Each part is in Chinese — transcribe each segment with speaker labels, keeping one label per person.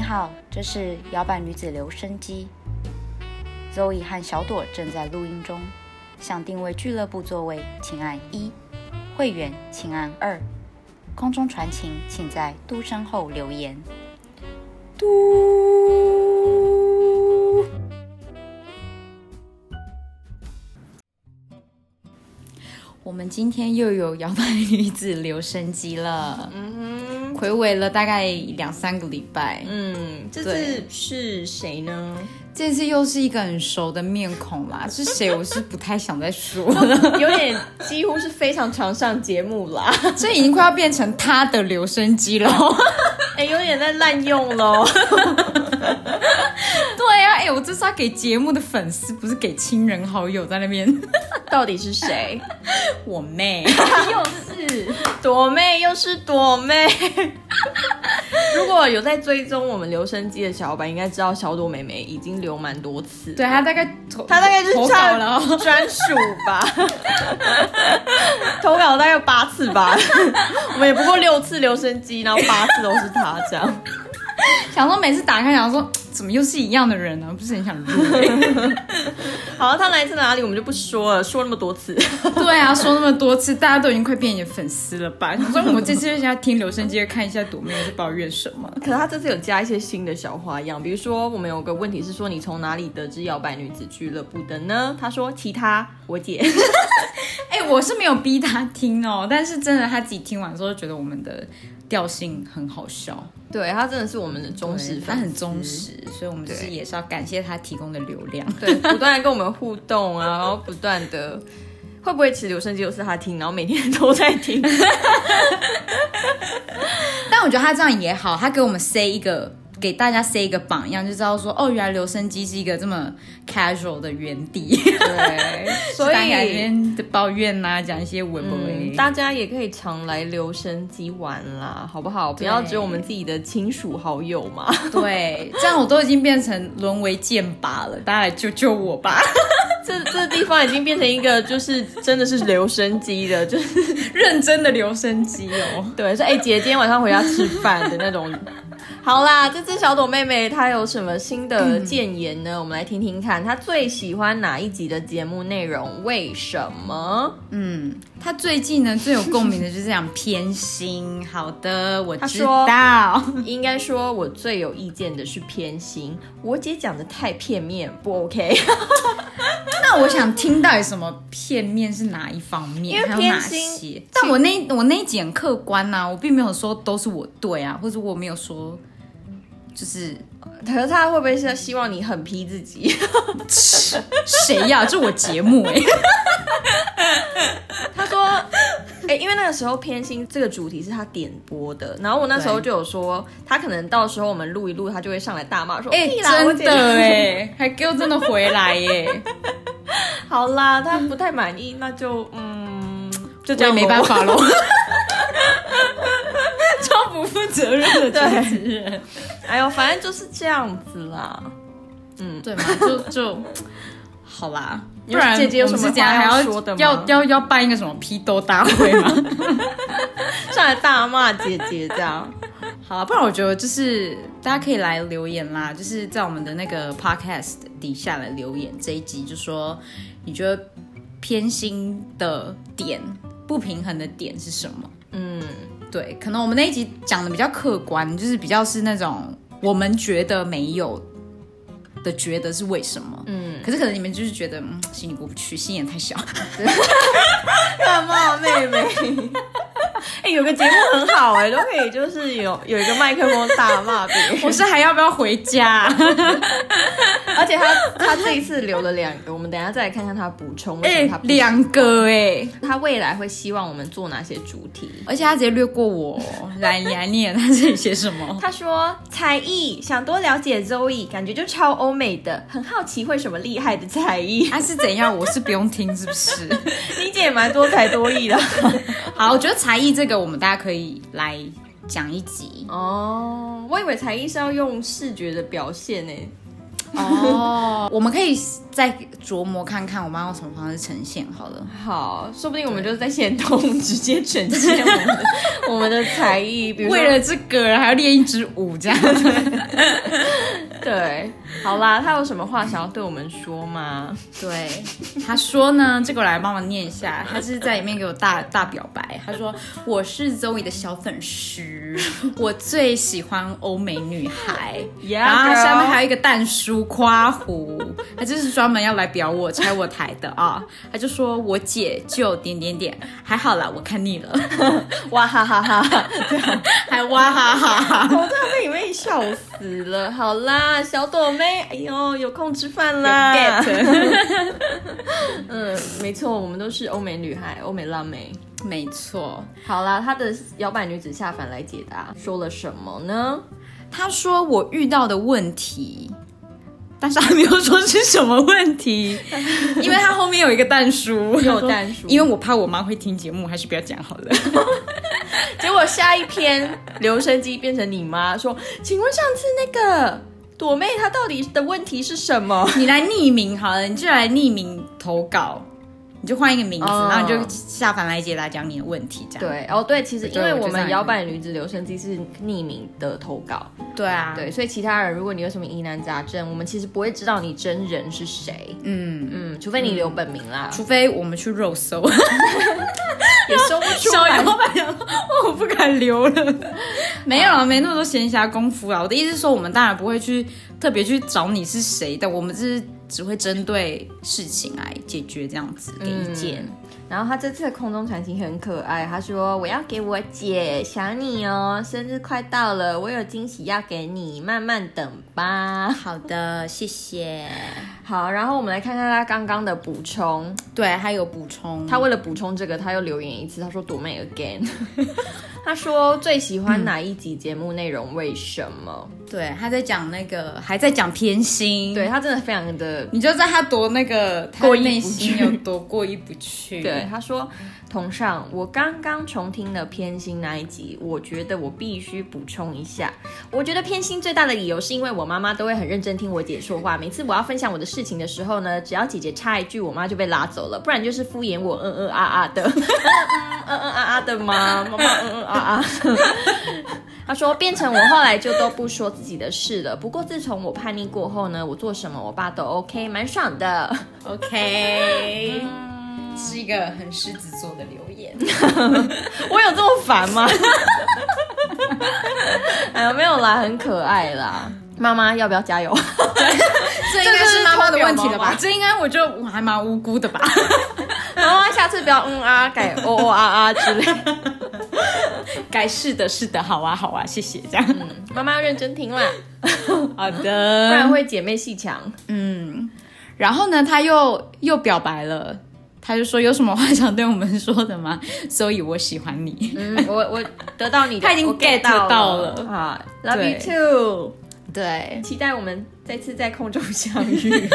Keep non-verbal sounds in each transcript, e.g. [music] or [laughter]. Speaker 1: 好，这是摇摆女子留声机。Zoe 和小朵正在录音中。想定位俱乐部座位，请按一；会员，请按二。空中传情，请在嘟声后留言。
Speaker 2: 嘟。
Speaker 1: 我们今天又有摇摆女子留声机了，
Speaker 2: 嗯
Speaker 1: 回违了大概两三个礼拜。
Speaker 2: 嗯，这
Speaker 1: 对
Speaker 2: 次是谁 [laughs] 呢？
Speaker 1: 这次又是一个很熟的面孔啦，是谁？我是不太想再说了，
Speaker 2: [laughs] 有点几乎是非常常上节目啦，
Speaker 1: 这已经快要变成他的留声机了。
Speaker 2: [laughs] 哎、有点在滥用喽。
Speaker 1: 对啊，哎、我这是要给节目的粉丝，不是给亲人好友在那边。
Speaker 2: [laughs]
Speaker 1: [laughs]
Speaker 2: 到底是谁？
Speaker 1: 我妹，
Speaker 2: 又是朵妹，又是朵妹。 [laughs] 如果有在追踪我们留声机的小伙伴，应该知道小朵妹妹已经留蛮多次。
Speaker 1: 对她大概投
Speaker 2: 她大概是
Speaker 1: 投稿
Speaker 2: 占
Speaker 1: 了哦，
Speaker 2: 专属吧， [laughs] 投稿大概有八次吧， [laughs] 我们也不过六次留声机，然后八次都是她这样。
Speaker 1: 想说每次打开想说怎么又是一样的人呢、不是很想录、
Speaker 2: 好，她来自哪里我们就不说了，说那么多次， [laughs]
Speaker 1: 对啊，说那么多次，大家都已经快变你的粉丝了 [laughs] 吧？所以我这次就想要听留声机，看一下朵妹是抱怨什么。
Speaker 2: 可她这次有加一些新的小花样，比如说我们有个问题是说你从哪里得知摇摆女子俱乐部的呢？她说其他我姐。 [laughs]
Speaker 1: 哎、我是没有逼她听哦，但是真的她自己听完之后觉得我们的调性很好笑，
Speaker 2: 对他真的是我们的忠实
Speaker 1: 对
Speaker 2: 粉丝，
Speaker 1: 她很忠实，所以我们就是
Speaker 2: 对
Speaker 1: 也是要感谢她提供的流 [laughs] 量。
Speaker 2: 对，不断的跟我们互动啊，然后不断的，会不会其实留声机就是他听，然后每天都在 [laughs] 听？
Speaker 1: 但我觉得他这样也好，他给我们 say 一个，给大家 say 一个榜样，就知道说哦，原来留声机是一个这么 casual 的原地， [laughs]
Speaker 2: 对，所
Speaker 1: 大家在那
Speaker 2: 以。
Speaker 1: 边抱怨呐、讲一些文文、
Speaker 2: 嗯，大家也可以常来留声机玩啦，好不好？不要只有我们自己的亲属好友嘛。 [laughs]
Speaker 1: [laughs] 对，这样我都已经变成沦为剑拔了，大家来救救我吧！ [laughs]
Speaker 2: 这这地方已经变成一个，就是真的是留声机的，就是
Speaker 1: 认真的留声机哦，
Speaker 2: 对，说哎、姐今天晚上回家吃饭的那种。 [laughs] 好啦，这只小朵妹妹她有什么新的建言呢？我们来听听看，她最喜欢哪一集的节目内容？为什么？
Speaker 1: 嗯，他最近呢最有共鸣的就是讲偏心，好的，我
Speaker 2: 他
Speaker 1: 知
Speaker 2: 说
Speaker 1: 道。 [laughs]
Speaker 2: 应该说，我最有意见的是偏心，我姐讲的太片面，不 [laughs] OK。
Speaker 1: 那我想听到底什么片面是哪一方面，
Speaker 2: 因为
Speaker 1: 还有哪
Speaker 2: 偏心
Speaker 1: 些？但我那我那一集很客观呐、啊我并没有说都是我对啊，或者我没有说就是
Speaker 2: 可是她会不会是希望你很批自己？ [laughs]
Speaker 1: 谁呀、这我节目哎、
Speaker 2: 她说，哎、因为那个时候偏心这个主题是她点播的，然后我那时候就有说，她可能到时候我们录一录，她就会上来大骂说，
Speaker 1: 哎、
Speaker 2: 屁啦我
Speaker 1: 真
Speaker 2: 姐
Speaker 1: 的哎、还给我真的回来耶、
Speaker 2: 好啦，他不太满意，那就嗯， [laughs] 就
Speaker 1: 我
Speaker 2: 这
Speaker 1: 也
Speaker 2: 样咯
Speaker 1: 没办。法
Speaker 2: [laughs]
Speaker 1: 喽。超不负责任的主持人，
Speaker 2: 哎呦，反正就是这样子啦。
Speaker 1: 对嘛？就就
Speaker 2: [laughs]
Speaker 1: 好啦，
Speaker 2: 你
Speaker 1: 不
Speaker 2: 有
Speaker 1: 然
Speaker 2: 姐姐有
Speaker 1: 我们
Speaker 2: 什么
Speaker 1: 之间
Speaker 2: 话
Speaker 1: 还
Speaker 2: 要
Speaker 1: 要
Speaker 2: 说的吗
Speaker 1: 要要要办一个什么批斗大会吗？
Speaker 2: 上来大骂姐姐这样，
Speaker 1: 好啊，不然我觉得就是大家可以来留言啦，就是在我们的那个 podcast 底下来留言这一集，就说你觉得偏心的点、不平衡的点是什么？
Speaker 2: 嗯，
Speaker 1: 对，可能我们那一集讲的比较客观，就是比较是那种我们觉得没有的，觉得是为什么？嗯，可是可能你们就是觉得嗯，心里过不去，心眼太小。
Speaker 2: [laughs] 大骂妹妹。 [laughs] 哎、有个节目很好哎、都可以就是有有一个麦克风大骂别人，
Speaker 1: 我是还要不要回家？
Speaker 2: [laughs] 而且他他这一次留了两个，我们等一下再来看看他补充 [laughs] 为什么他不
Speaker 1: 两个哎、
Speaker 2: 他未来会希望我们做哪些主题。
Speaker 1: 而且他直接略过我， [laughs] 来你来念，他这里写什么？
Speaker 2: 他说才艺想多了解 Zoe，感觉就超欧美的，很好奇会什么厉害的才 [laughs] 艺。
Speaker 1: 他是怎样？我是不用听，是不
Speaker 2: [laughs]
Speaker 1: 是？
Speaker 2: 你姐也蛮多才多艺 [laughs] 的。
Speaker 1: 好，我觉得才艺这个我们大家可以来讲一集。
Speaker 2: 哦，我以为才艺是要用视觉的表现呢。
Speaker 1: 哦， [laughs] 我们可以再琢磨看看，我们要用什么方式呈现好了。
Speaker 2: 好，说不定我们就是在线动直接呈现我们的我们的才艺，比如说
Speaker 1: 为了这个还要练一支舞，
Speaker 2: [laughs]
Speaker 1: 这样子
Speaker 2: 对，好啦，他有什么话想要对我们说吗？
Speaker 1: 对，他说呢，这个我来帮忙念一下，他是在里面给我大大表白。他说我是 Zoe 的小粉丝，我最喜欢欧美女孩。
Speaker 2: Yeah,
Speaker 1: 然后他下面
Speaker 2: girl
Speaker 1: 还有一个蛋叔夸胡，他就是专门要来表我拆我台的啊。 [laughs] 他就说我姐就点点点，还好啦，我看腻了，
Speaker 2: 哇哈哈哈！
Speaker 1: [laughs] 还哇哈哈哈。
Speaker 2: 我在哦被你妹笑死了。好啦，小朵妹，哎呦，有空吃饭啦。 [laughs] 嗯，没错，我们都是欧美女孩，欧美辣妹。
Speaker 1: [laughs] 没错，
Speaker 2: 好啦，她的摇摆女子下凡来解答说了什么呢？
Speaker 1: 他说我遇到的问题，但是他没有说是什么问 [laughs] 题，因为他后面有一个蛋叔，
Speaker 2: 有蛋
Speaker 1: [laughs]
Speaker 2: 叔
Speaker 1: 因为我怕我妈会听节目，还是不要讲好了。
Speaker 2: 结果下一篇留声机变成你妈说，请问上次那个朵妹她到底的问题是什么？
Speaker 1: [laughs]
Speaker 2: [laughs]
Speaker 1: 你来匿名好了，你就来匿名投稿，你就换一个名字，
Speaker 2: 哦
Speaker 1: 然后你就下凡来解答讲你的问题，这样。
Speaker 2: 对，哦对，其实因
Speaker 1: 对
Speaker 2: 为
Speaker 1: 我觉
Speaker 2: 我
Speaker 1: 得这样
Speaker 2: 们摇摆女子留声机是匿名的投稿，
Speaker 1: 对啊，
Speaker 2: 对，所以其他人如果你有什么疑难杂症，我们其实不会知道你真人是谁，
Speaker 1: 嗯，
Speaker 2: 嗯，除非你留本名啦，
Speaker 1: 除非我们去肉 [laughs] 搜，
Speaker 2: 也搜不出
Speaker 1: 小
Speaker 2: 来。
Speaker 1: 摇摆想说， [laughs] 我不敢留了。没有啊，没那么多闲暇功夫啊。我的意思是说，我们当然不会去特别去找你是谁，但我们是只会针对事情来解决这样子给意见。
Speaker 2: [laughs] 然后他这次的空中传情很可爱，他说我要给我姐，想你哦，生日快到了，我有惊喜要给你，慢慢等吧。
Speaker 1: 好的，谢谢。
Speaker 2: [laughs] 好，然后我们来看看他刚刚的补充，
Speaker 1: 对，还有补充，
Speaker 2: 他为了补充这个，他又留言一次，他说“朵妹 again”。他 [laughs] 说最喜欢哪一集节目内容？为什么？
Speaker 1: 对他在讲那个，还在讲偏心。
Speaker 2: 对，他真的非常的
Speaker 1: 你就知道他多那个，他
Speaker 2: 过意不
Speaker 1: 内心
Speaker 2: 去
Speaker 1: 有多过意不去。
Speaker 2: 对，，他说：“同上，我刚刚重听了偏心那一集，我觉得我必须补充一下。我觉得偏心最大的理由是因为我妈妈都会很认真听我姐说话，每次我要分享我的事情的时候呢，只要姐姐插一句，我妈就被拉走了，不然就是敷衍我，嗯嗯啊啊的，嗯嗯啊啊的吗？妈妈嗯嗯啊啊。”他说：“变成我后来就都不说自己的事了。不过自从我叛逆过后呢，我做什么我爸都 OK，蛮爽的。
Speaker 1: OK，、是一个很狮子座的留 [laughs] 言。
Speaker 2: [laughs] 我有这么烦吗？哎呀，没有啦，很可爱啦。妈妈要不要加油？
Speaker 1: 这应该是妈妈的问题了吧？
Speaker 2: 这
Speaker 1: 这应该我就我还蛮无辜的 [laughs] 吧？
Speaker 2: [laughs] 妈妈下次不要嗯啊 [laughs] 改哦哦啊啊之类。
Speaker 1: 该是的，是的，好啊，好啊，谢谢，这样。
Speaker 2: [laughs] 妈妈要认真听啦，
Speaker 1: 好
Speaker 2: 不然
Speaker 1: 的，
Speaker 2: 会姐妹戏强。
Speaker 1: 嗯，然后呢，他又又表白了。他就说有什么话想对我们说的吗？所以我喜欢你。
Speaker 2: 嗯，我我得到你的，
Speaker 1: 他已经
Speaker 2: 我 get
Speaker 1: get 到
Speaker 2: 了
Speaker 1: 了
Speaker 2: 啊
Speaker 1: 对
Speaker 2: ，Love you too。
Speaker 1: 对，
Speaker 2: 期待我们再次在空中相遇。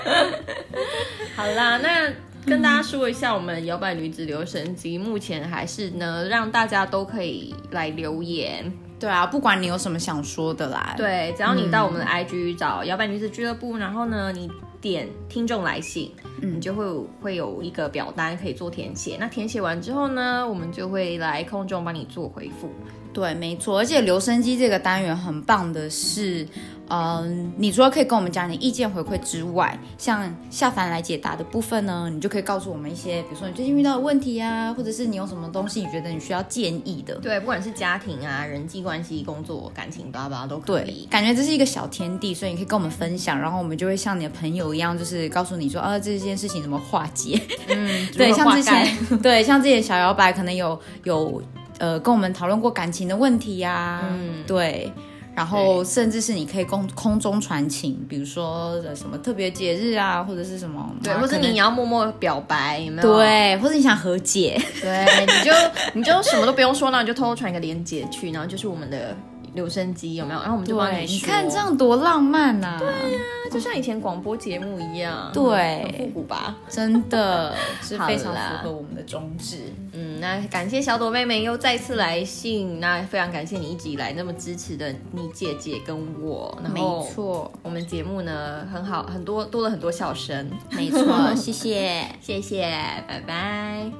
Speaker 2: [laughs] 好啦，那跟大家说一下，我们摇摆女子留声机目前还是呢，让大家都可以来留言。
Speaker 1: 对啊，不管你有什么想说的啦，
Speaker 2: 对，只要你到我
Speaker 1: 嗯
Speaker 2: 们的 IG 找摇摆女子俱乐部，然后呢，你点听众来信，
Speaker 1: 嗯
Speaker 2: 你就会有会有一个表单可以做填写。那填写完之后呢，我们就会来空中帮你做回复。
Speaker 1: 对，没错，而且留声机这个单元很棒的是，嗯，你除了可以跟我们讲你意见回馈之外，像下凡来解答的部分呢，你就可以告诉我们一些，比如说你最近遇到的问题啊，或者是你有什么东西你觉得你需要建议的。
Speaker 2: 对，不管是家庭啊、人际关系、工作、感情，巴拉巴拉都可
Speaker 1: 对
Speaker 2: 以，。
Speaker 1: 感觉这是一个小天地，所以你可以跟我们分享，然后我们就会像你的朋友一样，就是告诉你说，啊，这件事情怎么化解。 [laughs]
Speaker 2: 嗯，
Speaker 1: 对，
Speaker 2: 如何
Speaker 1: 像之
Speaker 2: 化干
Speaker 1: 前， [laughs] 对，像之前小摇摆可能有有呃跟我们讨论过感情的问题呀、
Speaker 2: 嗯
Speaker 1: 对。然后甚至是你可以空空中传情，比如说呃什么特别节日啊，或者是什么，
Speaker 2: 对，
Speaker 1: 啊
Speaker 2: 或者
Speaker 1: 可能
Speaker 2: 你要默默表白，有没有？
Speaker 1: 对，或者你想和解，
Speaker 2: 对，你就你就什么都不用说，那你就偷偷传一个链接去，然后就是我们的留声机，有没有？然后我们就帮
Speaker 1: 对，你
Speaker 2: 说啊
Speaker 1: 看这样多浪漫呐、啊
Speaker 2: 就像以前广播节目一样，
Speaker 1: 对
Speaker 2: 很复古吧。
Speaker 1: 真
Speaker 2: [laughs]
Speaker 1: 的是
Speaker 2: 好啦
Speaker 1: 非常符合我们的宗旨。
Speaker 2: 嗯，那感谢小朵妹妹又再次来信，那非常感谢你一直以来那么支持的你姐姐跟我，然
Speaker 1: 没
Speaker 2: 后
Speaker 1: 错，
Speaker 2: 我们节目呢很好，很多多了很多笑声，
Speaker 1: 没错，谢谢。
Speaker 2: 谢谢，拜拜。